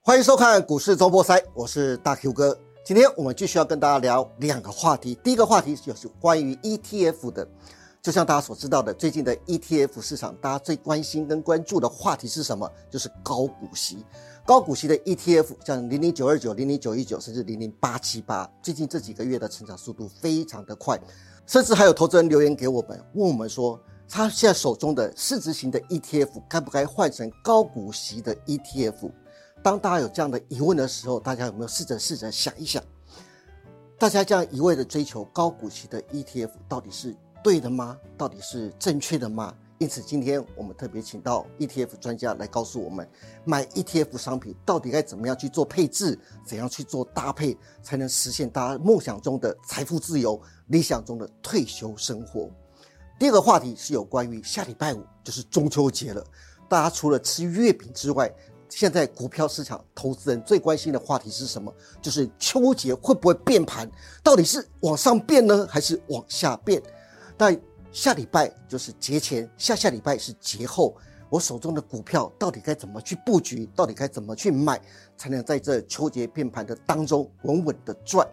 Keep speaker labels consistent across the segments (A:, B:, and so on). A: 欢迎收看股市周波赛，我是大 Q 哥。今天我们继续要跟大家聊两个话题，第一个话题就是关于 ETF 的。就像大家所知道的，最近的 ETF 市场，大家最关心跟关注的话题是什么？就是高股息。高股息的 ETF，像零零九二九、零零九一九，甚至零零八七八，最近这几个月的成长速度非常的快，甚至还有投资人留言给我们，问我们说，他现在手中的市值型的 ETF 该不该换成高股息的 E ETF？当大家有这样的疑问的时候，大家有没有试着试着想一想，大家这样一味的追求高股息的 ETF 到底是对的吗？到底是正确的吗？因此，今天我们特别请到 ETF 专家来告诉我们，买 ETF 商品到底该怎么样去做配置，怎样去做搭配，才能实现大家梦想中的财富自由、理想中的退休生活。第二个话题是有关于下礼拜五就是中秋节了，大家除了吃月饼之外，现在股票市场投资人最关心的话题是什么？就是秋节会不会变盘？到底是往上变呢，还是往下变？但下礼拜就是节前，下下礼拜是节后，我手中的股票到底该怎么去布局？到底该怎么去买，才能在这秋节变盘的当中稳稳的赚？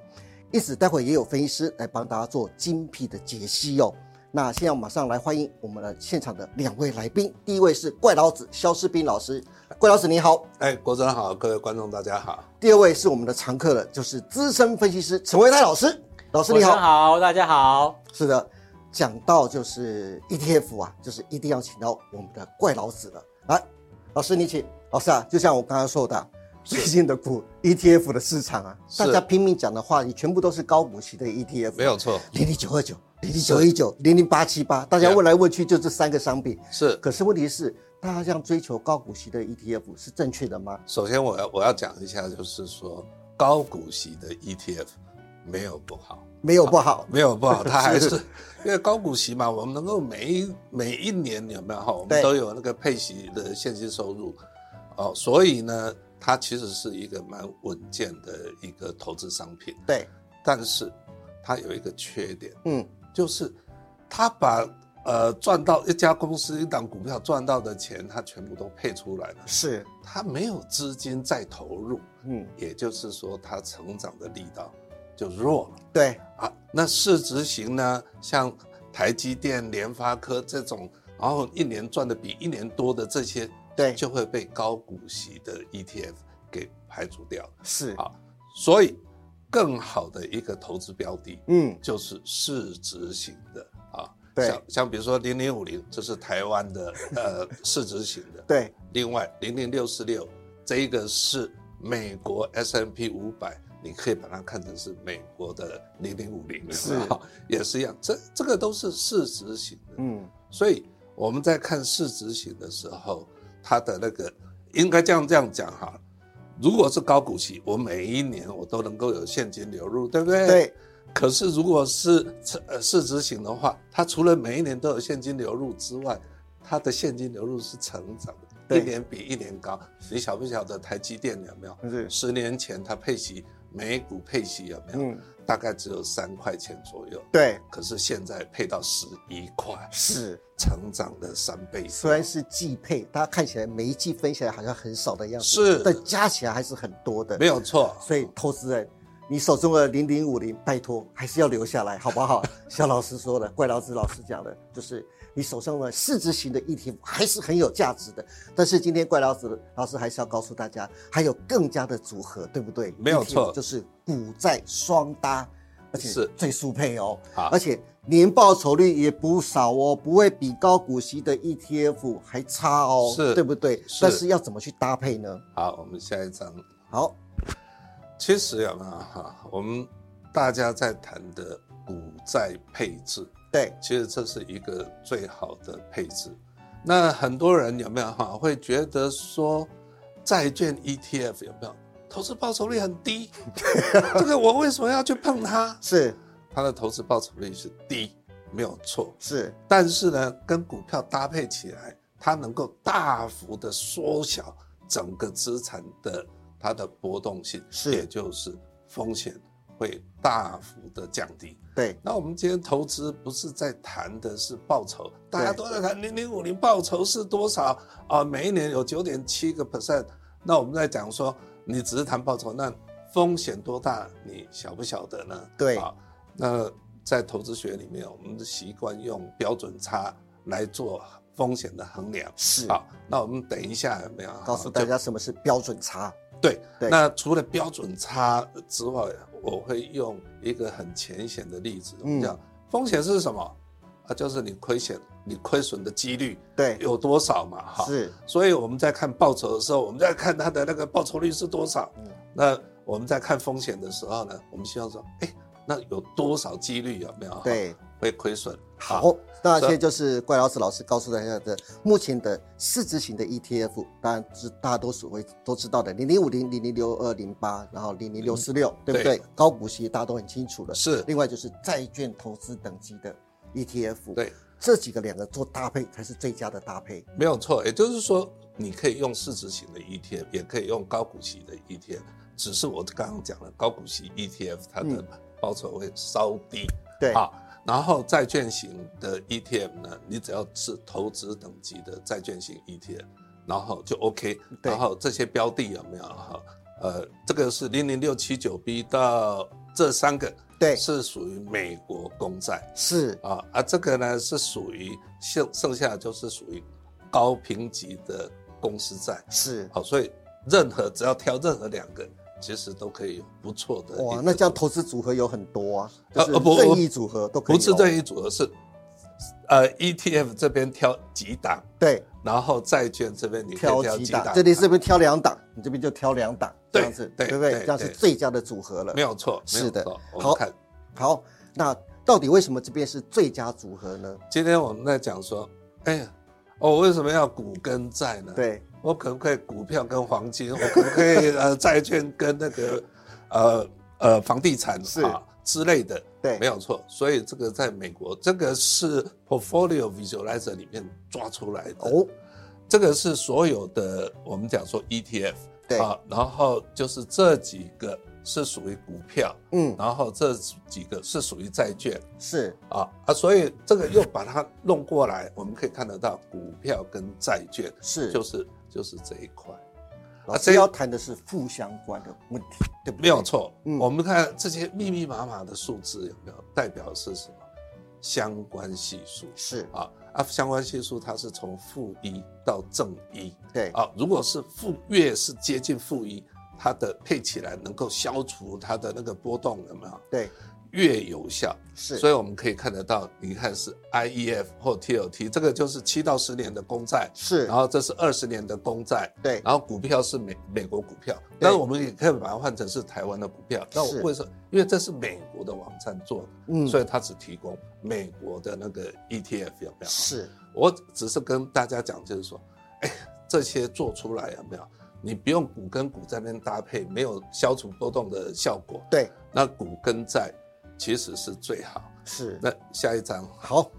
A: 因此，待会也有分析师来帮大家做精辟的解析哦。那现在马上来欢迎我们的现场的两位来宾，第一位是怪老子肖世斌老师，怪老子你好；
B: 哎，国珍好，各位观众大家好。
A: 第二位是我们的常客了，就是资深分析师陈维泰老师，老师你
C: 晚
A: 好
C: 上。好，大家好。
A: 是的，讲到就是 ETF 啊，就是一定要请到我们的怪老子了。来，老师你请。老师啊，就像我刚刚说的啊，最近的股 ETF 的市场啊，
B: 是
A: 大家拼命讲的话，你全部都是高股息的 ETF，
B: 没有错，
A: 零零九二九、零零九一九、零零八七八，大
C: 啊
A: 家问来问去就这三个商品。
B: 是
A: 可是问题是，大家这样追求高股息的 ETF 是正确的吗？
B: 首先我要我要讲一下，就是说高股息的 ETF 没有不好，
A: 没有不好，
B: 没有不好，它还 是
A: 是
B: 因为高股息嘛，我们能够每一每一年有没有哈，我
A: 对
B: 们都有那个配息的现金收入哦，所以呢，它其实是一个蛮稳健的一个投资商品，
A: 对，
B: 但是它有一个缺点，
A: 嗯，
B: 就是他把呃赚到一家公司一档股票赚到的钱，他全部都配出来了，
A: 是，
B: 他没有资金再投入，
A: 嗯，
B: 也就是说他成长的力道就弱了
A: 对，
B: 啊。那市值型呢，像台积电、联发科这种，然后一年赚的比一年多的这些，
A: 对
B: 就会被高股息的 ETF 给排除掉。
A: 是，
B: 好所以，更好的一个投资标的，
A: 嗯，
B: 就是市值型的啊。
A: 对
B: 像像比如说零零五零，这是台湾的呃市值型的。
A: 对，
B: 另外零零六四六，这一个是美国 S M P 五百，你可以把它看成是美国的零零五零，
A: 是
B: 啊也是一样。这这个都是市值型的。
A: 嗯，
B: 所以我们在看市值型的时候，它的那个应该这样这样讲哈。如果是高股息，我每一年我都能够有现金流入，对不对？
A: 对，
B: 可是如果是呃市值型的话，它除了每一年都有现金流入之外，它的现金流入是成长的，
A: 对
B: 一年比一年高。你晓不晓得台积电有没有？
A: 是，
B: 十年前它配息每股配息有没有？
A: 嗯，
B: 大概只有三块钱左右，
A: 对，
B: 可是现在配到十一块，
A: 是。
B: 成长了三倍以上。
A: 虽然是季配，大家看起来每一季分起来好像很少的样子，
B: 是
A: 但加起来还是很多的。
B: 没有错，
A: 所以投资人，你手中的零零五零，拜托还是要留下来，好不好？肖老师说的，怪老子老师讲的，就是你手上的市值型的 ETF 还是很有价值的。但是今天怪老子老师还是要告诉大家，还有更加的组合，对不对？
B: 没有错
A: ETF 就是股债双搭，而且
B: 是
A: 最速配哦，
B: 好
A: 而且年报酬率也不少哦，不会比高股息的 ETF 还差哦，
B: 是
A: 对不对？
B: 是
A: 但是要怎么去搭配呢？
B: 好，我们下一章。
A: 好，
B: 其实有没有哈？我们大家在谈的股债配置，
A: 对，
B: 其实这是一个最好的配置。那很多人有没有哈会觉得说，债券 ETF 有没有投资报酬率很低？这个我为什么要去碰它？
A: 是
B: 它的投资报酬率是低，没有错。
A: 是。
B: 但是呢，跟股票搭配起来，它能够大幅的缩小整个资产的它的波动性，
A: 是
B: 也就是风险会大幅的降低。
A: 对，
B: 那我们今天投资不是在谈的是报酬，大家
A: 对
B: 都在谈零零五零报酬是多少啊、每一年有九点七个 percent。那我们在讲说你只是谈报酬，那风险多大你晓不晓得呢？
A: 对
B: 啊，那在投资学里面，我们习惯用标准差来做风险的衡量。
A: 是
B: 好，那我们等一下有没有
A: 告诉大？
B: 好
A: 家什么是标准差。
B: 就对，
A: 对
B: 那除了标准差之外，我会用一个很浅显的例子，我们
A: 嗯
B: 讲风险是什么？啊，就是你亏险、你亏损的几率
A: 对，
B: 有多少嘛？哈，
A: 是，
B: 所以我们在看报酬的时候，我们在看它的那个报酬率是多少。
A: 嗯
B: 那我们在看风险的时候呢，我们希望说，哎，那有多少几率有没有？，
A: 对。
B: 会亏损。
A: 好，那这就是怪老师老师告诉大家的目前的市值型的 ETF，当然知大家都所谓都知道的零零五零、零零六二零八，然后零零六四六，对不对？高股息大家都很清楚了。
B: 是，
A: 另外就是债券投资等级的 ETF，
B: 对，
A: 这几个两个做搭配才是最佳的搭配。
B: 没有错。也就是说，你可以用市值型的 ETF，也可以用高股息的 ETF，只是我刚刚讲了，高股息 ETF 它的
A: 嗯
B: 报酬会稍低。
A: 对，
B: 好，然后债券型的 ETF 呢，你只要是投资等级的债券型 ETF，然后就 OK。
A: 对
B: 然后这些标的有没有哈？呃，这个是零零六七九 B 到这三个
A: 对，
B: 是属于美国公债
A: 是，
B: 啊啊，这个呢是属于剩剩下就是属于高评级的公司债。
A: 是。
B: 好，所以任何只要挑任何两个，其实都可以有不错的一个。E
A: 哇，那这样投资组合有很多啊，就
B: 呃
A: 是
B: 呃不
A: 任意组合都可以、哦
B: 不是任，意组合，是呃 ETF 这边挑几档，
A: 对，
B: 然后债券这边你可以
A: 挑
B: 挑
A: 几
B: 几
A: 档
B: 档，，啊
A: 这里这边挑两档，你这边就挑两档，这
B: 对
A: 样子，
B: 对
A: 不对？
B: 对
A: 这样是
B: 对
A: 最佳的组合了
B: 没。有错，
A: 是的
B: 没有错我
A: 好
B: 们看，
A: 好，那到底为什么这边是最佳组合呢？
B: 今天我们在讲说，哎呀，我为什么要股跟债呢？，
A: 对，
B: 我可不可以股票跟黄金？我可不可以呃债券跟那个呃呃房地产
A: 是
B: 啊之类的？
A: 对
B: 没有错。所以这个在美国，这个是 portfolio visualizer 里面抓出来的。
A: 哦，
B: 这个是所有的我们讲说 ETF，
A: 对
B: 啊，然后就是这几个是属于股票，
A: 嗯，
B: 然后这几个是属于债券
A: 是，
B: 啊啊，所以这个又把它弄过来，我们可以看得到股票跟债券
A: 是，
B: 就是就是这一块，
A: 老
B: 这
A: 师
B: 一
A: 要谈的是负相关的问题，对不对？
B: 没有错。
A: 嗯
B: 我们看这些密密麻麻的数字有没有代表的是什么相关系数
A: 是，
B: 啊啊，相关系数它是从负一到正一。
A: 对，
B: 啊，如果是负越是接近负一，它的配起来能够消除它的那个波动，有没有？
A: 对，
B: 越有效，
A: 是，
B: 所以我们可以看得到，你看是 IEF 或 TLT，这个就是七到十年的公债，
A: 是
B: 然，后这是二十年的公债，
A: 对，
B: 然后股票是美美国股票，但是我们也可以把它换成是台湾的股票。那我
A: 是
B: 为什么？因为这是美国的网站做的，
A: 嗯，
B: 所以它只提供美国的那个 ETF 有没有？
A: 是，
B: 我只是跟大家讲，就是说，哎，这些做出来有没有？你不用股跟股在那边搭配，没有消除波动的效果。
A: 对，
B: 那股跟债其实是最好。
A: 是。
B: 那下一张，
A: 好，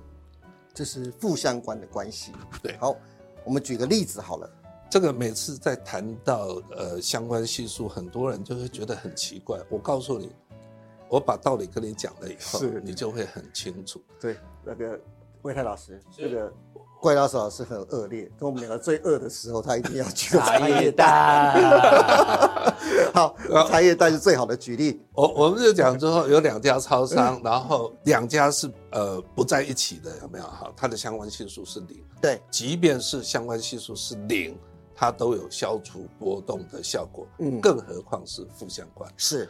A: 这是负相关的关系。
B: 对
A: 好，我们举个例子好了。
B: 这个每次在谈到呃相关系数，很多人就会觉得很奇怪。我告诉你，我把道理跟你讲了以后
A: 是，
B: 你就会很清楚。
A: 对，那个魏泰老师，这个怪老师老师很恶劣，跟我们两个最恶的时候，他一定要 去茶叶
C: 蛋，
A: 好，茶叶蛋是最好的举例。
B: 我我们就讲之后有两家超商， 然后两家是呃不在一起的，有没有？哈，它的相关系数是零。
A: 对，
B: 即便是相关系数是零，它都有消除波动的效果，
A: 嗯
B: 更何况是负相关。
A: 是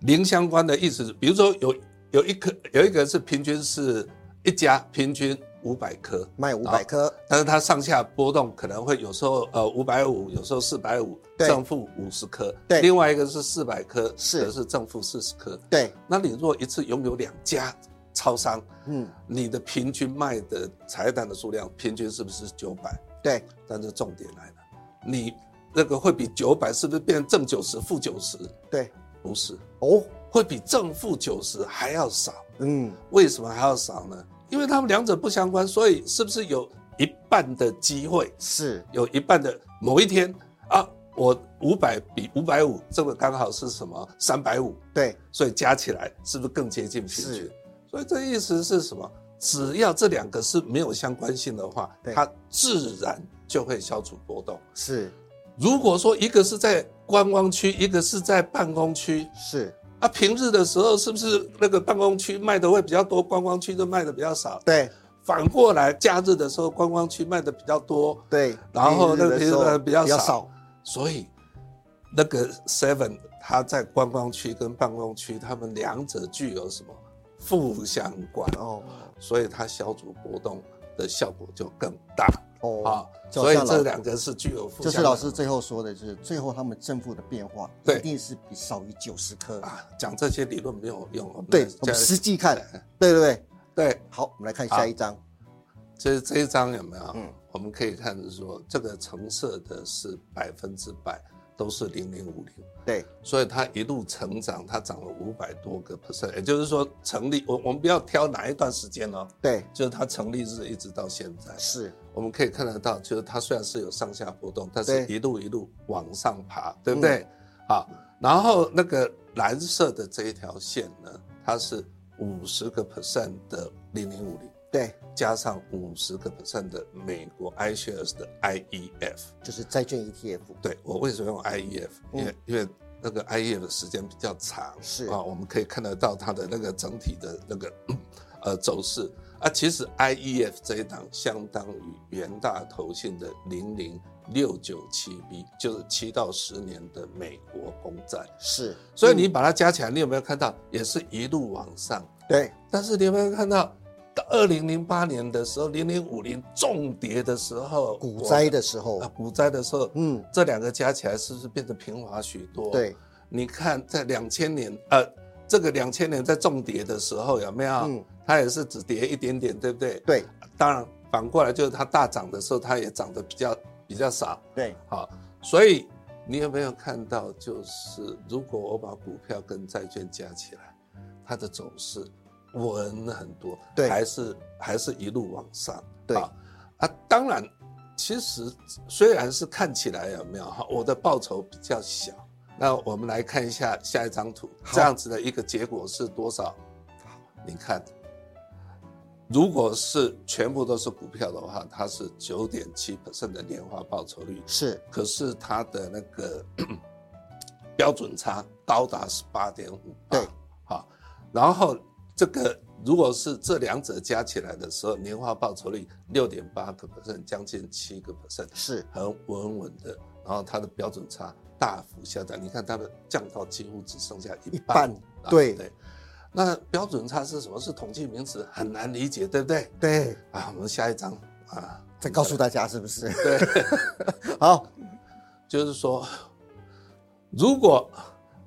B: 零相关的意思是，比如说有有一颗有一个是平均是一家平均五百颗，
A: 卖五百颗，
B: 但是它上下波动可能会有时候呃五百五，有时候四百五，
A: 对
B: 正负五十颗。
A: 对
B: 另外一个是四百颗，
A: 是
B: 可能是正负四十颗。
A: 对，
B: 那你如果一次拥有两家超商，
A: 嗯，
B: 你的平均卖的茶叶蛋的数量平均是不是九百？
A: 对，
B: 但是重点来了，你那个会比九百是不是变正九十、负九十？
A: 对，
B: 不是，
A: 哦，
B: 会比正负九十还要少。
A: 嗯，
B: 为什么还要少呢？因为它们两者不相关，所以是不是有一半的机会，
A: 是
B: 有一半的某一天啊，我五百比五百五，这个刚好是什么三百五
A: 对，
B: 所以加起来是不是更接近平均
A: 是？
B: 所以这意思是什么？只要这两个是没有相关性的话
A: 对，
B: 它自然就会消除波动。
A: 是
B: 如果说一个是在观光区，一个是在办公区，
A: 是
B: 啊，平日的时候是不是那个办公区卖的会比较多，观光区就卖的比较少？
A: 对
B: 反过来，假日的时候观光区卖的比较多，
A: 对。
B: 然后
A: 平日
B: 那个
A: 的
B: 平
A: 时候
B: 日比较
A: 比较
B: 少，所以那个 Seven 它在观光区跟办公区，它们两者具有什么负相关，
A: 哦
B: 所以它消除波动的效果就更大
A: 哦，
B: 啊。
A: 就
B: 所以
A: 像老
B: 这两个是具有负相关。
A: 就是老师最后说的，就是最后他们正负的变化
B: 对
A: 一定是比少于九十颗。
B: 啊，讲这些理论没有用，我们
A: 对
B: 来，
A: 我们
B: 讲
A: 实际看， 对对对。
B: 对，
A: 好，我们来看下一张。
B: 这这一张有没有？
A: 嗯
B: 我们可以看出说，这个橙色的是百分之百都是零零五零。
A: 对，
B: 所以它一路成长，它涨了五百多个 percent，也就是说成立，我我们不要挑哪一段时间哦，
A: 对，
B: 就是它成立日一直到现在，
A: 是，
B: 我们可以看得到，就是它虽然是有上下波动，但
A: 对
B: 是
A: 嗯
B: 一路一路往上爬，对不对？好，然后那个蓝色的这一条线呢，它是五十个 percent 的零零五零，
A: 对，
B: 加上五十个 percent 的美国 iShares 的 E IEF，
A: 就是债券 E ETF。
B: 对我为什么用 IEF？因为、因为那个 IEF 的时间比较长，
A: 嗯是
B: 啊，我们可以看得到它的那个整体的那个嗯呃走势啊。其实 IEF 这一档相当于元大投信的零零六九七 B，就是七到十年的美国公债，
A: 是，
B: 所以你把它加起来，你有没有看到也是一路往上？
A: 对，
B: 但是你有没有看到？到二零零八年的时候，零零五零重跌的时候，
A: 股
B: 我
A: 灾的时候
B: 啊，，股灾的时候，
A: 嗯，
B: 这两个加起来是不是变得平滑许多？，
A: 对，
B: 你看在两千年，呃，这个两千年在重跌的时候有没有？
A: 嗯，
B: 它也是只跌一点点，对不对？
A: 对，
B: 当然，反过来就是它大涨的时候，它也涨得比较比较少。
A: 对，
B: 好，所以你有没有看到，就是如果我把股票跟债券加起来，它的走势稳很多，
A: 对
B: 还是还是一路往上，
A: 对
B: 啊啊，当然，其实虽然是看起来有没有哈，我的报酬比较小。那我们来看一下下一张图，
A: 好
B: 这样子的一个结果是多少？你看，如果是全部都是股票的话，它是九点七的年化报酬率，
A: 是，
B: 可是它的那个 标准差高达十八点五，
A: 对，
B: 好，然后这个如果是这两者加起来的时候，年化报酬率六点八个 percent，将近七个 percent，
A: 是，
B: 很稳稳的，然后它的标准差大幅下降，你看它的降到几乎只剩下一
A: 一
B: 半，
A: 半
B: 啊
A: 对
B: 对。那标准差是什么？是统计名词，很难理解，对不对？
A: 对，
B: 啊，我们下一章啊，
A: 再告诉大家是不是？
B: 对，
A: 好，
B: 就是说，如果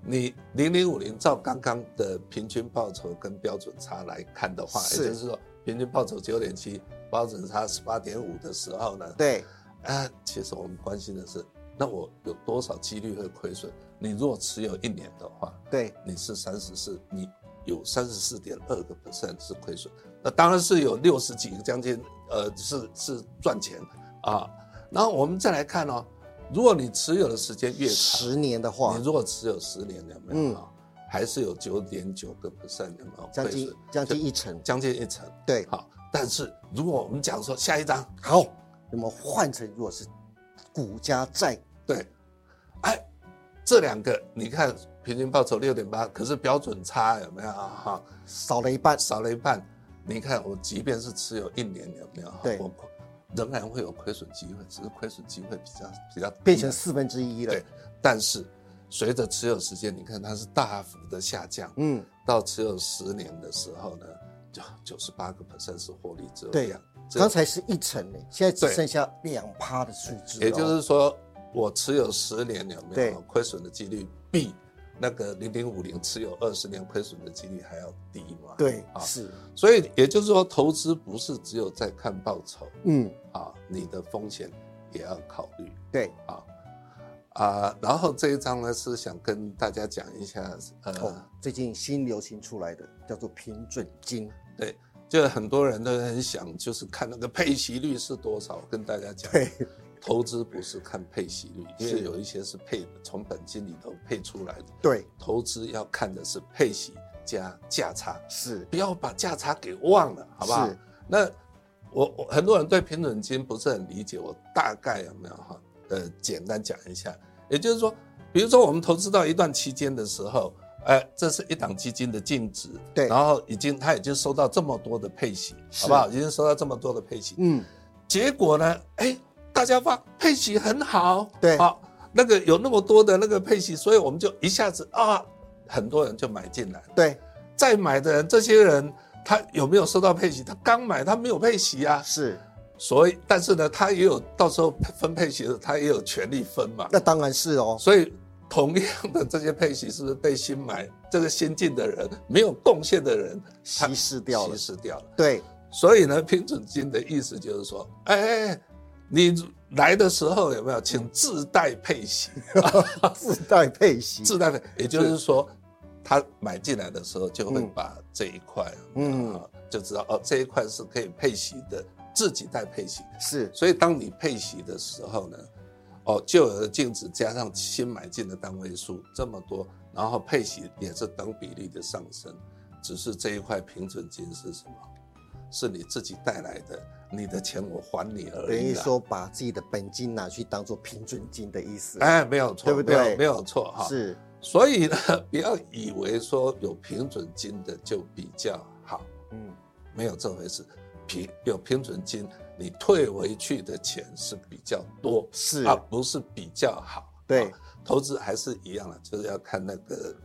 B: 你零零五零照刚刚的平均报酬跟标准差来看的话，
A: 是
B: 也就是说，平均报酬九点七，标准差十八点五的时候呢，
A: 对，
B: 啊，其实我们关心的是，那我有多少几率会亏损？你如果持有一年的话，
A: 对，
B: 你是三十四，你有三十四点二个 percent 是亏损，那当然是有六十几个将近，呃，是是赚钱啊。然后我们再来看哦，如果你持有的时间越长，
A: 十年的话
B: 你，如果持有十年，有没有？
A: 嗯
B: 啊，还是有九点九个 percent 有没有
A: 将
B: 亏
A: 近
B: 损？
A: 将近一成，
B: 将近一成。
A: 对，
B: 好，但是如果我们讲说下一章，
A: 好，那么换成如果是股加债，
B: 对，哎，这两个你看平均报酬六点八，可是标准差有没有哈、
A: 少了一半，
B: 少了一半。你看，我即便是持有一年，有没有？
A: 对
B: 我仍然会有亏损机会，只是亏损机会比较比较低
A: 变成四分之一了，
B: 对。但是随着持有时间，你看它是大幅的下降，
A: 嗯，
B: 到持有十年的时候呢，就九十八个 percent 是获利只有
A: 对
B: 两。只有
A: 刚才是一成呢，现在只
B: 对
A: 剩下两趴的数字哦，
B: 也就是说，我持有十年有没
A: 对
B: 有亏损的几率比那个零零五零持有二十年亏损的几率还要低嘛？，
A: 对，
B: 啊
A: 是，
B: 所以也就是说，投资不是只有在看报酬
A: 嗯，
B: 啊，你的风险也要考虑
A: 对，
B: 啊啊。然后这一章呢是想跟大家讲一下，呃，
A: 哦，最近新流行出来的叫做平准金，
B: 对，就很多人都很想就是看那个配息率是多少，跟大家讲。
A: 对，
B: 投资不是看配息率，因为
A: 是
B: 有一些是配从本金里头配出来的，
A: 对，
B: 投资要看的是配息加价差，
A: 是，
B: 不要把价差给忘了，好不好
A: 是？
B: 那我我很多人对平准金不是很理解，我大概有没有哈？呃简单讲一下。也就是说，比如说我们投资到一段期间的时候，呃，这是一档基金的净值，
A: 对
B: 然后已经它已经收到这么多的配息，好不好？已经收到这么多的配息，
A: 嗯，
B: 结果呢，哎，大家发配息很好，
A: 对
B: 好、那个有那么多的那个配息，所以我们就一下子啊，很多人就买进来。
A: 对，
B: 再买的人，这些人他有没有收到配息？他刚买，他没有配息啊，
A: 是，
B: 所以但是呢，他也有到时候分配息的时候，他也有权利分嘛。
A: 那当然是哦，
B: 所以同样的这些配息，是不是被新买这个新进的人没有贡献的人他
A: 稀释掉了
B: 稀，释掉了？
A: 对，
B: 所以呢，平准金的意思就是说，哎，哎你来的时候有没有请自带配息？
A: 自带配息，
B: 自带配，也就是说，他买进来的时候就会
A: 嗯
B: 把这一块，
A: 嗯
B: 嗯，就知道哦，这一块是可以配息的，自己带配息。
A: 是
B: 所以当你配息的时候呢，哦，旧有的净值加上新买进的单位数这么多，然后配息也是等比例的上升，只是这一块平准金是什么？是你自己带来的，你的钱我还你而已、啊。
A: 等于说把自己的本金拿去当做平准金的意思，
B: 哎，没有错，
A: 对不对
B: 没有没有错哈。
A: 是，
B: 所以呢， 不要以为说有平准金的就比较好，
A: 嗯，
B: 没有这回事。平有平准金，你退回去的钱是比较多，
A: 是，
B: 啊，不是比较好。
A: 对
B: 啊，投资还是一样了，就是要看那个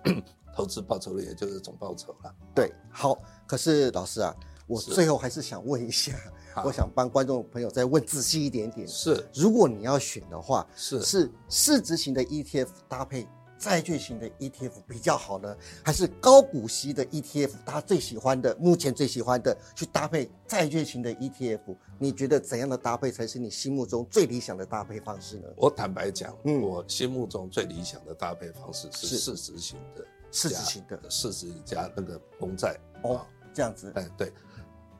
B: 投资报酬率，也就是总报酬了。
A: 对，好。可是老师啊，我
B: 是
A: 最后还是想问一下，
B: 好
A: 我想帮观众朋友再问仔细一点点。
B: 是
A: 如果你要选的话，
B: 是
A: 是市值型的 ETF 搭配债券型的 ETF 比较好呢，还是高股息的 E ETF 他最喜欢的，目前最喜欢的去搭配债券型的 ETF？你觉得怎样的搭配才是你心目中最理想的搭配方式呢？
B: 我坦白讲，
A: 嗯
B: 我心目中最理想的搭配方式
A: 是
B: 是市值型的
A: 市值
B: 加
A: 型的
B: 市值加那个公债。
A: 哦，这样子，
B: 哎，对，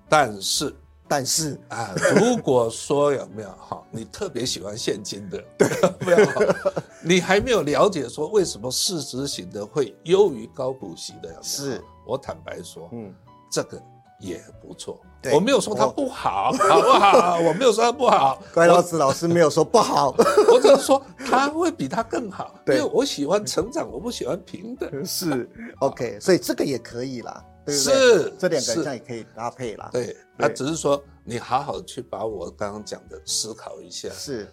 B: 但是
A: 但是
B: 啊，如果说有没有哈，你特别喜欢现金的， 对，没有，你还没有了解说为什么市值型的会优于高股息的，有没有
A: 是
B: 我坦白说，
A: 嗯，
B: 这个也不错
A: 对。
B: 我没有说它不好，好不好？ 我没有说它不好，
A: 乖老子老师没有说不好，
B: 我只是说它会比它更好，因
A: 对
B: 为我喜欢成长，我不喜欢平等。
A: 是 OK，所以这个也可以啦，对不对？
B: 是
A: 这两个
B: 是
A: 这样也可以搭配啦。
B: 对，那
A: 对
B: 只是说你好好去把我刚刚讲的思考一下，
A: 是，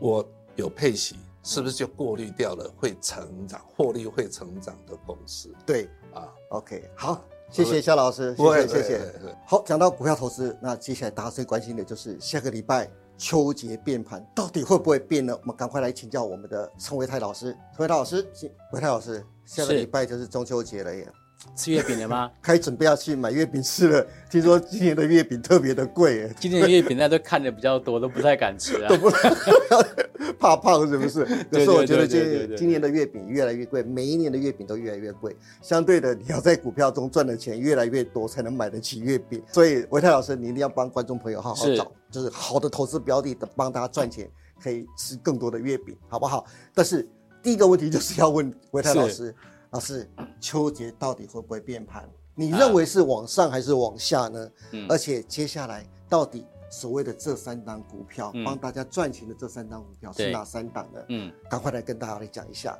B: 我有配息，是不是就过滤掉了会成长、获利会成长的公司
A: 对
B: 啊？
A: ，OK，好，谢谢肖老师，
B: 不会
A: 谢谢，谢谢。
B: 对对对
A: 好，讲到股票投资，那接下来大家最关心的就是下个礼拜秋节变盘到底会不会变呢？我们赶快来请教我们的陈维泰老师。陈维泰老师，请维泰老师，下个
C: 是
A: 礼拜就是中秋节了耶，
C: 吃月饼了吗？
A: 开始准备要去买月饼吃了。听说今年的月饼特别的贵耶，
C: 今天的月饼大家都看的比较多，都不太敢吃啊。
A: 怕胖是不 是？可
C: 对
A: 是我觉得
C: 对对对对
A: 今
C: 对
A: 今年的月饼越来越贵，每一年的月饼都越来越贵。相对的，你要在股票中赚的钱越来越多，才能买得起月饼。所以维泰老师，你一定要帮观众朋友好好
C: 是
A: 找，就是好的投资标的，的帮他赚钱，可以吃更多的月饼，好不好？但是第一个问题就是要问维泰老师，老师，秋节到底会不会变盘？你
C: 啊
A: 认为是往上还是往下呢？
C: 嗯
A: 而且接下来到底所谓的这三档股票、
C: 嗯
A: 帮大家赚钱的这三档股票是
C: 对
A: 哪三档呢？
C: 嗯，
A: 赶快来跟大家来讲一下。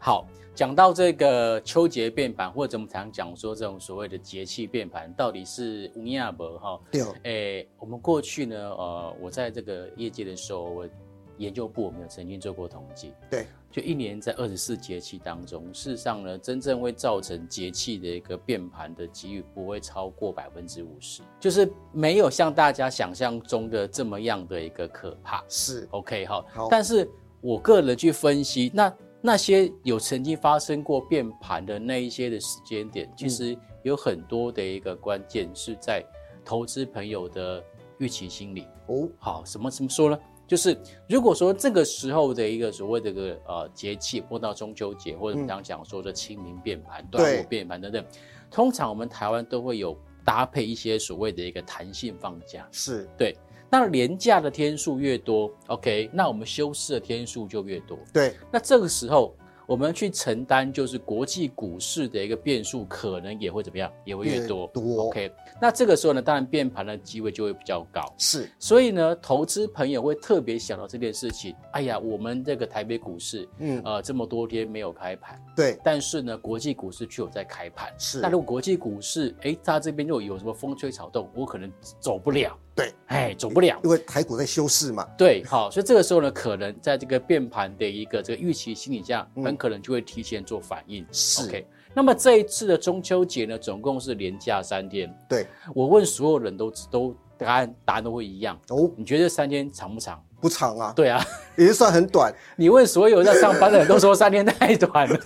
C: 好，讲到这个秋节变盘，或者我们常讲说这种所谓的节气变盘，到底是乌鸦伯哈？
A: 对哦，
C: 诶，我们过去呢，呃，我在这个业界的时候，我研究部我们有曾经做过统计，
A: 对，
C: 就一年在二十四节气当中，事实上呢，真正会造成节气的一个变盘的机遇不会超过百分之五十，就是没有像大家想象中的这么样的一个可怕。
A: 是
C: OK 哈
A: 好，
C: 但是我个人去分析，那那些有曾经发生过变盘的那一些的时间点，其实有很多的一个关键是在投资朋友的预期心理。
A: 哦，
C: 好，什么怎么说呢？就是如果说这个时候的一个所谓的一个呃节气，或到中秋节，或者我们常讲说的清明变盘、端
A: 对
C: 午变盘等等，通常我们台湾都会有搭配一些所谓的一个弹性放假。
A: 是，
C: 对，那廉价的天数越多，OK，那我们休市的天数就越多。
A: 对，
C: 那这个时候，我们去承担就是国际股市的一个变数，可能也会怎么样，也会越多。
A: 越多
C: OK，那这个时候呢，当然变盘的机会就会比较高。
A: 是
C: 所以呢，投资朋友会特别想到这件事情。哎呀，我们这个台北股市，
A: 嗯
C: 呃，这么多天没有开盘，
A: 对
C: 但是呢，国际股市却有在开盘。
A: 是
C: 那如果国际股市，哎，它这边又有什么风吹草动，我可能走不了。
A: 对，
C: 哎，走不了。
A: 因为台股在休市嘛，
C: 对，好，所以这个时候呢，可能在这个变盘的一个这个预期心理下，
A: 嗯
C: 很可能就会提前做反应。
A: 是
C: OK，那么这一次的中秋节呢，总共是连假三天。
A: 对
C: 我问所有人都都答案答案都会一样，
A: 哦，
C: 你觉得三天长不长？
A: 不长啊，
C: 对啊，
A: 也是算很短，
C: 你问所有在上班的人都说三天太 短了，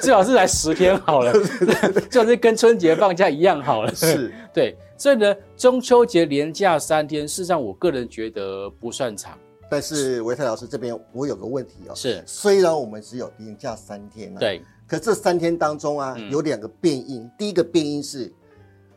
C: 最好是来十天好了， 最好是跟春节放假一样好了。
A: 是
C: 对，所以呢，中秋节连假三天，事实上我个人觉得不算长，
A: 但是维泰老师这边我有个问题哦，
C: 是
A: 虽然我们只有连假三天啊，，
C: 对，
A: 可这三天当中啊，
C: 嗯
A: 有两个变因，第一个变因是。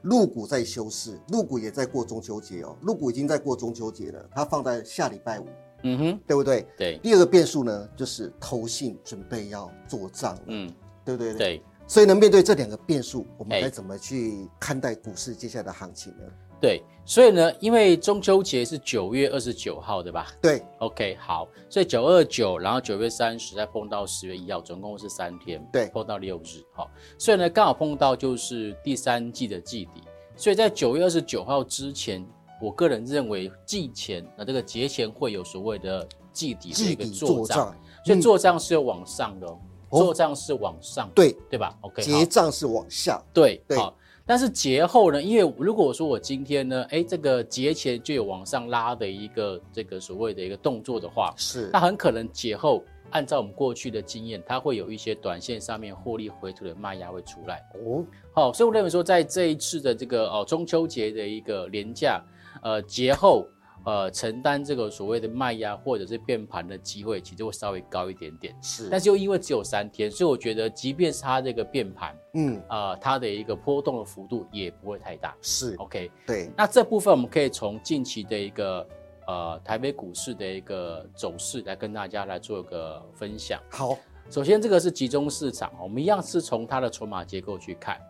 A: 陆股在休市，陆股也在过中秋节哦，陆股已经在过中秋节了，它放在下礼拜五，
C: 嗯哼，
A: 对不对？
C: 对，
A: 第二个变数呢，就是投信准备要做账了，
C: 嗯，
A: 对不对？。
C: 对。
A: 所以呢，面对这两个变数，我们
C: 哎
A: 该怎么去看待股市接下来的行情呢？
C: 对，所以呢，因为中秋节是九月二十九号，对吧
A: 对，
C: ？OK，好，所以九二九，然后九月三十，再碰到十月一号，总共是三天，
A: 对
C: 碰到六日，好，所以呢，刚好碰到就是第三季的季底，所以在九月二十九号之前，我个人认为季前，那这个节前会有所谓的季底的
A: 季
C: 一个
A: 底
C: 做
A: 做
C: 账，
A: 账，
C: 所以
A: 嗯
C: 做账是要往上的、哦，
A: 哦
C: 做账是往上，
A: 对，
C: 对吧？OK，好
A: 结账是往下，
C: 对，
A: 对
C: 好。但是节后呢，因为如果我说我今天呢，哎，这个节前就有往上拉的一个这个所谓的一个动作的话，
A: 是
C: 那很可能节后按照我们过去的经验，它会有一些短线上面获利回吐的卖压会出来。
A: 哦，
C: 好、所以我认为说，在这一次的这个哦中秋节的一个廉价，呃节后呃承担这个所谓的卖压或者是变盘的机会，其实会稍微高一点点。
A: 是，
C: 但是又因为只有三天，所以我觉得即便是它这个变盘。
A: 嗯，
C: 呃，它的一个波动的幅度也不会太大。
A: 是
C: OK，
A: 对，
C: 那这部分我们可以从近期的一个呃台北股市的一个走势来跟大家来做一个分享。
A: 好，
C: 首先，这个是集中市场，我们一样是从它的筹码结构去看。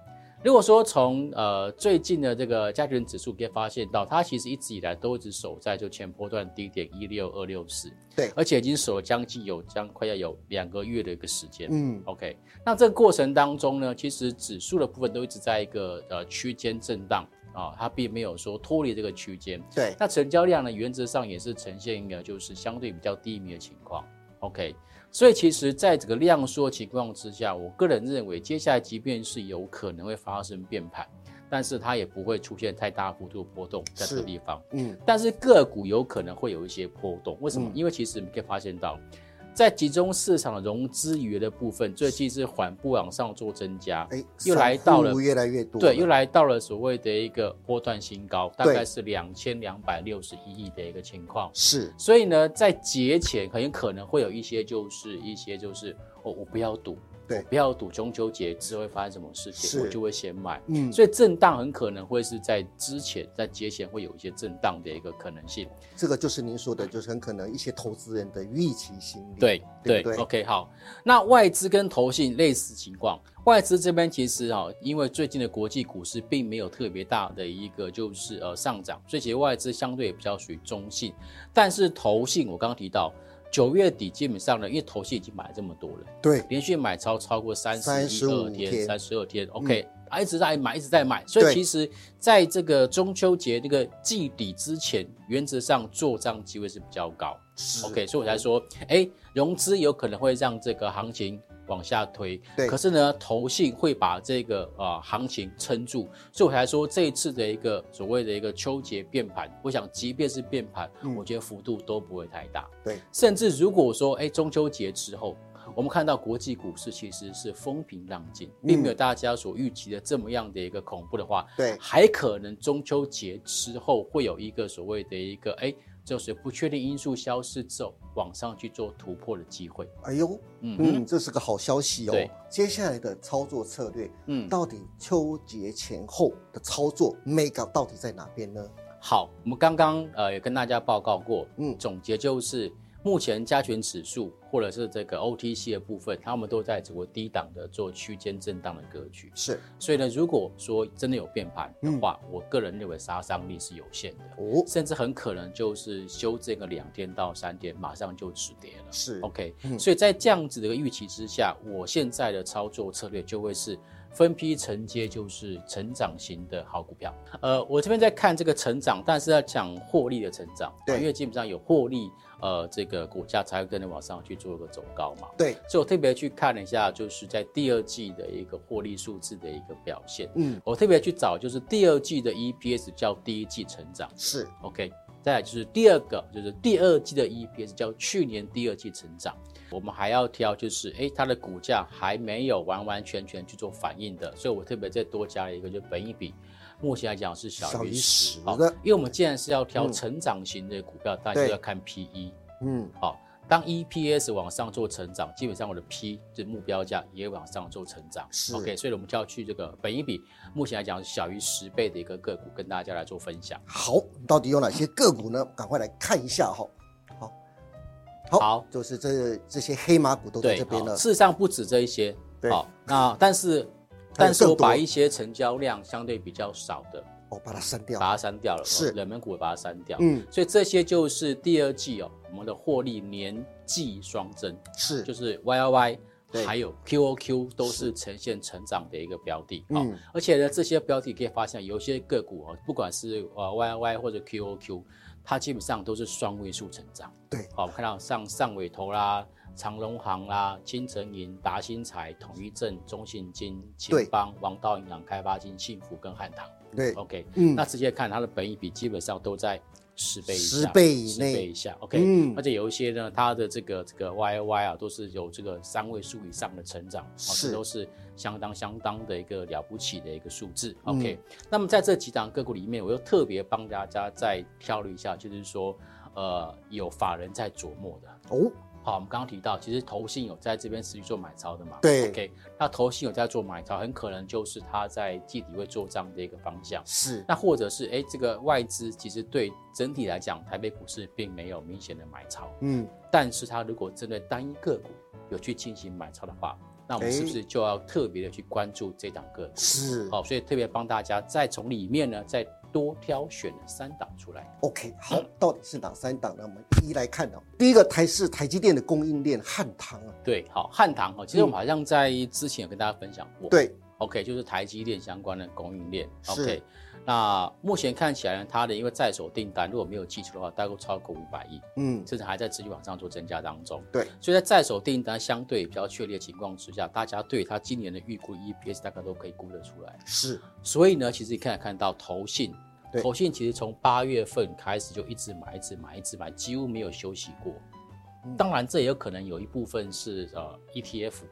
C: 如果说从呃最近的这个加权指数，可以发现到它其实一直以来都一直守在就前波段低点一六二六四，
A: 对
C: 而且已经守了将近有将快要有两个月的一个时间。
A: 嗯，
C: OK，那这个过程当中呢，其实指数的部分都一直在一个呃区间震荡啊，它并没有说脱离这个区间。
A: 对，
C: 那成交量呢，原则上也是呈现一个就是相对比较低迷的情况。OK，所以其实在整个量缩情况之下，我个人认为接下来即便是有可能会发生变盘，但是它也不会出现太大幅度的波动在这个
A: 是
C: 地方。
A: 嗯，
C: 但是个股有可能会有一些波动，为什么？
A: 嗯
C: 因为其实你可以发现到，在集中市场的融资余额的部分，最近是缓步往上做增加，
A: 哎，
C: 又来到了
A: 散户越来越多，
C: 对，又，来到了所谓的一个波段新高，大
A: 对
C: 概是两千两百六十一亿的一个情况。
A: 是，
C: 所以呢，在节前很有可能会有一些就是一些就是哦，我不要赌，
A: 对
C: 我不要赌中秋节之后会发生什么事情，
A: 是
C: 我就会先买。
A: 嗯，
C: 所以震荡很可能会是在之前，在节前会有一些震荡的一个可能性。
A: 这个就是您说的，就是很可能一些投资人的预期心理，
C: 对
A: 对
C: 对哦
A: 不对
C: o k 好。那外资跟投信类似情况，外资这边其实啊，因为最近的国际股市并没有特别大的一个就是呃上涨，所以其实外资相对也比较属于中性。但是投信，我刚刚提到九月底基本上呢，因为投信已经买了这么多了，
A: 对，
C: 连续买超超过三十
A: 35
C: 二天，
A: 天
C: 三十二天，OK，、啊一直在买，一直在买，所以
A: 对
C: 其实在这个中秋节这个季底之前，原则上做账机会是比较高。
A: 是
C: OK，所以我才说，哎、融资有可能会让这个行情往下推，
A: 对
C: 可是呢，投信会把这个啊、呃行情撑住，所以我才说这一次的一个所谓的一个秋节变盘，我想即便是变盘，
A: 嗯
C: 我觉得幅度都不会太大。
A: 对，
C: 甚至如果说，哎，中秋节之后，我们看到国际股市其实是风平浪静，
A: 嗯
C: 并没有大家所预期的这么样的一个恐怖的话，
A: 对
C: 还可能中秋节之后会有一个所谓的一个，哎，就是不确定因素消失之后，往上去做突破的机会。
A: 哎呦，
C: 嗯
A: 嗯，这是个好消息哦
C: 对。
A: 接下来的操作策略，
C: 嗯，
A: 到底秋节前后的操作 make up 到底在哪边呢？
C: 好，我们刚刚呃也跟大家报告过，
A: 嗯
C: 嗯，总结就是目前加权指数或者是这个 OTC 的部分，他们都在只会低档的做区间震荡的格局。
A: 是
C: 所以呢，如果说真的有变盘的话，我个人认为杀伤力是有限的，
A: 哦，
C: 甚至很可能就是修正个两天到三天，马上就止跌了。
A: 是
C: OK，、
A: 嗯
C: 所以在这样子的一个预期之下，我现在的操作策略就会是分批承接，就是成长型的好股票。呃，我这边在看这个成长，但是要讲获利的成长，
A: 对
C: 因为基本上有获利，呃，这个股价才会跟着往上去做一个走高嘛。
A: 对，
C: 所以我特别去看了一下，就是在第二季的一个获利数字的一个表现。
A: 嗯，
C: 我特别去找，就是第二季的 E EPS 较第一季成长
A: 是
C: ，OK。再来就是第二个，就是第二季的 E EPS 较去年第二季成长。我们还要挑就是，诶，它的股价还没有完完全全去做反应的，所以我特别再多加了一个，就本益比，目前来讲是
A: 小
C: 小
A: 于
C: 于十
A: 10
C: 好
A: 的
C: 因为我们既然是要挑
A: 嗯
C: 成长型的股票，大家
A: 对
C: 就要看 PE。
A: 嗯
C: 好、当 EPS 往上做成长，基本上我的 P 就是目标价也往上做成长。
A: 是
C: OK，所以我们就要去这个本一比，目前来讲是小于十倍的一个个股，跟大家来做分享。
A: 好，到底有哪些个股呢？赶快来看一下哈。好，
C: 好
A: 就是这这些黑马股都在
C: 对，
A: 这边
C: 好
A: 了。
C: 事实上不止这一些，
A: 对
C: 好、 那但
A: 还
C: 是
A: 有
C: 但是我
A: 更多
C: 把一些成交量相对比较少的，
A: 我哦把它删掉。
C: 把它删掉了，
A: 是
C: 冷门股也把它删掉。
A: 嗯，
C: 所以这些就是第二季哦，我们的获利年季双增。
A: 是，
C: 就是 Y Y
A: 对
C: Y，还有 Q O Q 都
A: 是
C: 是呈现成长的一个标的啊、
A: 嗯
C: 而且呢，这些标的可以发现有一些个股啊，不管是呃 Y Y 或者 Q O Q，它基本上都是双位数成长。
A: 对，
C: 好、我们看到上上尾投啦、长隆行啦、金城银、达新财、统一证、中信金、
A: 对
C: 青邦、王道银行、开发金、幸福跟汉唐。
A: 对，
C: OK，、
A: 嗯
C: 那直接看它的本益比基本上都在十倍以下，
A: 10倍以内
C: 10倍以下。OK，、
A: 嗯
C: 而且有一些呢，它的这个这个 YY 啊，都是有这个三位数以上的成长，啊，
A: 是
C: 这都是相当相当的一个了不起的一个数字。OK，、那
A: 嗯
C: 么在这几档个股里面，我又特别帮大家再挑了一下，就是说，呃，有法人在琢磨的。
A: 哦，
C: 好，我们刚刚提到，其实投信有在这边持续做买超的嘛？
A: 对
C: ，OK，那投信有在做买超，很可能就是它在季底会做账的一个方向。
A: 是，
C: 那或者是哎，这个外资其实对整体来讲，台北股市并没有明显的买超，
A: 嗯，
C: 但是它如果针对单一个股有去进行买超的话，那我们
A: 哎
C: 是不是就要特别的去关注这档个股？
A: 是
C: 好、所以特别帮大家再从里面呢再多挑选三档出来。
A: ，OK，好，到底是哪三档呢？我们一一来看哦。第一个台是台积电的供应链汉唐啊，
C: 对，好，汉唐哦，其实我们
A: 嗯
C: 好像在之前有跟大家分享过，
A: 对，
C: OK，就是台积电相关的供应链。
A: 是
C: OK，那目前看起来呢，它的因为在手订单，如果没有记错的话，大概超过五百亿，
A: 嗯，
C: 甚至还在持续往上做增加当中。
A: 对，
C: 所以在在手订单相对比较确立的情况之下，大家对它今年的预估 EPS 大概都可以估得出来。
A: 是，
C: 所以呢，其实你可以看到投信
A: 对，
C: 投信其实从八月份开始就一直买，一直买，一直买，几乎没有休息过。
A: 嗯
C: 当然，这也有可能有一部分是呃 ETF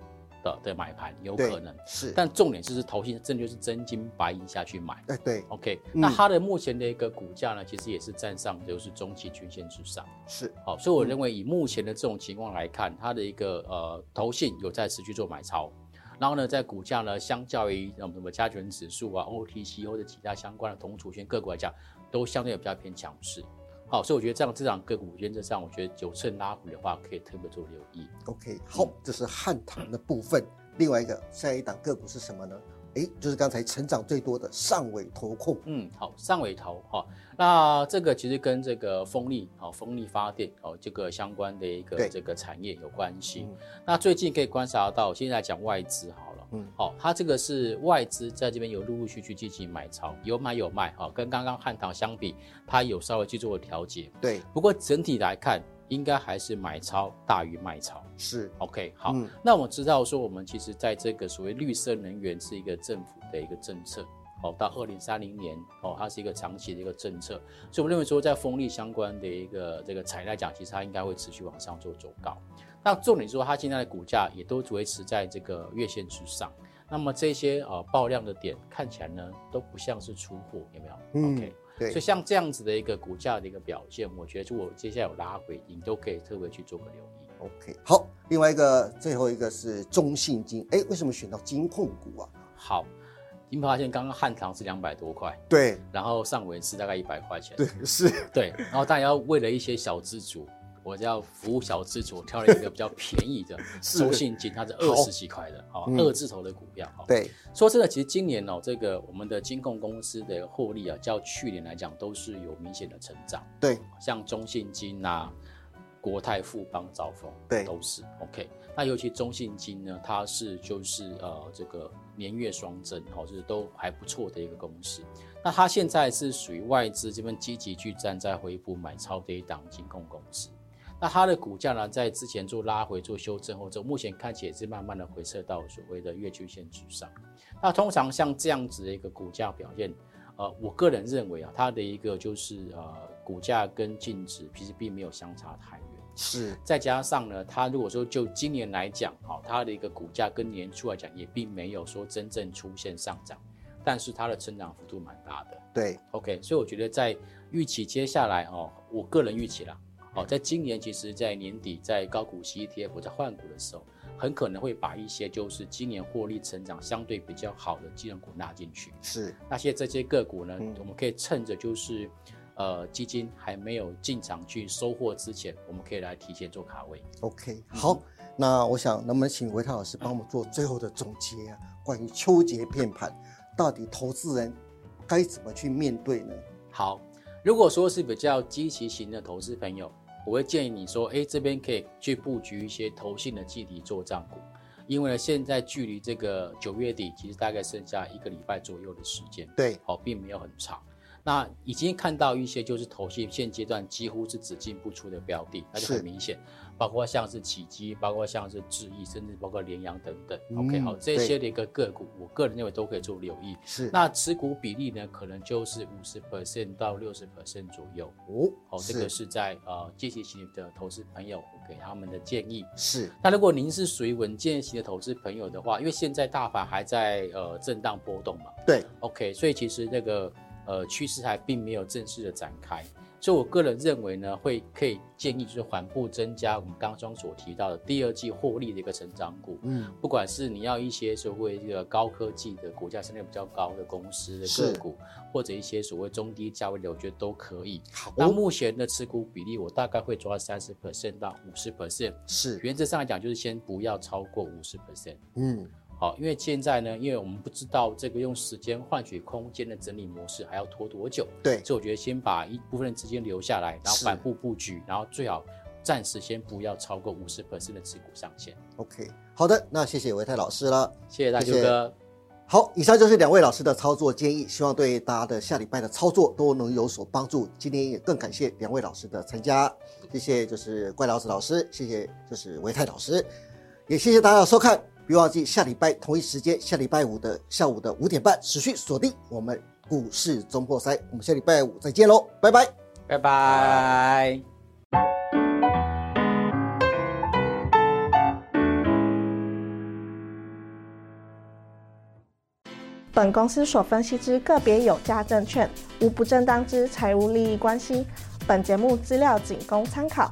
C: 的的买盘，有
A: 对
C: 可能。
A: 是，
C: 但重点就是投信真的就是真金白银下去买。
A: 哎，对，
C: OK，、
A: 嗯
C: 那它的目前的一个股价呢，其实也是站上就是中期均线之上。
A: 是，
C: 好，所以我认为以目前的这种情况来看，它的一个呃投信有在持续做买超，然后呢，在股价呢，相较于呃我们什么加权指数啊、OTC 或者其他相关的同储权个股来讲，都相对比较偏强势。好，所以我觉得这样这档个股原则上，我觉得九趁拉回的话，可以特别做留意。
A: OK，好，这是汉唐的部分。另外一个下一档个股是什么呢？诶，就是刚才成长最多的上尾投控。
C: 嗯，好，上尾头哈、那这个其实跟这个风力哦，风力发电哦，这个相关的一
A: 对
C: 个这个产业有关系。
A: 嗯
C: 那最近可以观察到，现在讲外资好了，
A: 嗯
C: 嗯，好、它这个是外资在这边有陆陆续续进行买超，有买有卖哈、跟刚刚汉唐相比，它有稍微去做调节，
A: 对，
C: 不过整体来看，应该还是买超大于卖超。
A: 是，
C: OK，好，
A: 嗯
C: 那我知道说我们其实在这个所谓绿色能源是一个政府的一个政策，哦，到二零三零年哦，它是一个长期的一个政策，所以我认为说在风力相关的一个这个产业来讲，其实它应该会持续往上做走高。那重点是说它现在的股价也都维持在这个月线之上，那么这些呃爆量的点看起来呢都不像是出货，有没有、
A: 嗯
C: o k 所以
A: 对，
C: 像这样子的一个股价的一个表现，我觉得如果接下来有拉回，你都可以特别去做个留意。
A: OK，好。另外一个，最后一个是中信金。诶，为什么选到金控股啊？
C: 好，你们发现刚刚汉唐是两百多块，
A: 对，
C: 然后上文是大概一百块钱，
A: 对，是，
C: 对然后大家要为了一些小资族，我叫服务小资主，挑了一个比较便宜的
A: 是
C: 中信金，它是二十几块的，好、
A: 嗯
C: 二字头的股票，好、
A: 对，
C: 说真的，其实今年哦，这个我们的金控公司的获利啊，较去年来讲都是有明显的成长，
A: 对，
C: 像中信金啊、国泰、富邦、兆丰，
A: 对
C: 都是 OK。那尤其中信金呢，它是就是呃这个年月双增，哦，就是都还不错的一个公司。那它现在是属于外资这边积极去站在回补买超的一档金控公司。那它的股价呢，在之前做拉回、做修正后，之后目前看起来也是慢慢的回撤到所谓的月均线之上。那通常像这样子的一个股价表现，呃，我个人认为啊，它的一个就是呃，股价跟净值其实并没有相差太远。
A: 是，
C: 再加上呢，它如果说就今年来讲，好、它的一个股价跟年初来讲也并没有说真正出现上涨，但是它的成长幅度蛮大的。
A: 对，
C: OK，所以我觉得在预期接下来哦，我个人预期啦，哦，在今年其实，在年底在高股息 E ETF 在换股的时候，很可能会把一些就是今年获利成长相对比较好的金融股纳进去。
A: 是，
C: 那些这些个股呢，
A: 嗯
C: 我们可以趁着就是，呃，基金还没有进场去收获之前，我们可以来提前做卡位。
A: OK，好，那我想能不能请维泰老师帮我们做最后的总结啊？关于秋节变盘，到底投资人该怎么去面对呢？
C: 好，如果说是比较积极型的投资朋友，我会建议你说，哎，这边可以去布局一些投信的集体做账股，因为呢，现在距离这个九月底其实大概剩下一个礼拜左右的时间，
A: 对，
C: 好、哦并没有很长。那已经看到一些就是投信现阶段几乎是只进不出的标的，那就是很明显，包括像是起基，包括像是智易，甚至包括联阳等等。
A: 嗯
C: OK，好，这
A: 对
C: 些的一个个股，我个人认为都可以做留意。
A: 是，
C: 那持股比例呢，可能就是五十 percent 到六十 percent 左右。
A: 哦，
C: 哦，这个是在呃积极型的投资朋友我给他们的建议。
A: 是，
C: 那如果您是属于稳健型的投资朋友的话，因为现在大盘还在呃震荡波动嘛
A: 对，
C: ，OK，所以其实那个呃趋势还并没有正式的展开。所以我个人认为呢，会可以建议就是缓步增加我们刚刚所提到的第二季获利的一个成长股。
A: 嗯，
C: 不管是你要一些所谓这个高科技的股价相对比较高的公司的个股，或者一些所谓中低价位的，我觉得都可以。
A: 好，
C: 那目前的持股比例，我大概会抓三十 percent 到五十 percent，
A: 是，
C: 原则上来讲就是先不要超过五十 percent。
A: 嗯，
C: 好，因为现在呢，因为我们不知道这个用时间换取空间的整理模式还要拖多久，
A: 对，
C: 所以我觉得先把一部分的资金留下来，然后
A: 是
C: 反复布局，然后最好暂时先不要超过五十 percent 的持股上限。
A: OK，好的，那谢谢维泰老师了。
C: 谢谢大
A: 谢
C: 舅
A: 谢
C: 哥。
A: 好，以上就是两位老师的操作建议，希望对大家的下礼拜的操作都能有所帮助。今天也更感谢两位老师的参加，谢谢就是怪老子老师，谢谢就是维泰老师，也谢谢大家的收看。别忘记下礼拜同一时间，下礼拜五的下午的五点半，持续锁定我们股市中破塞。我们下礼拜五再见喽，拜拜。
C: 拜拜。
D: 本公司所分析之个别有价证券，无不正当之财务利益关系。本节目资料仅供参考，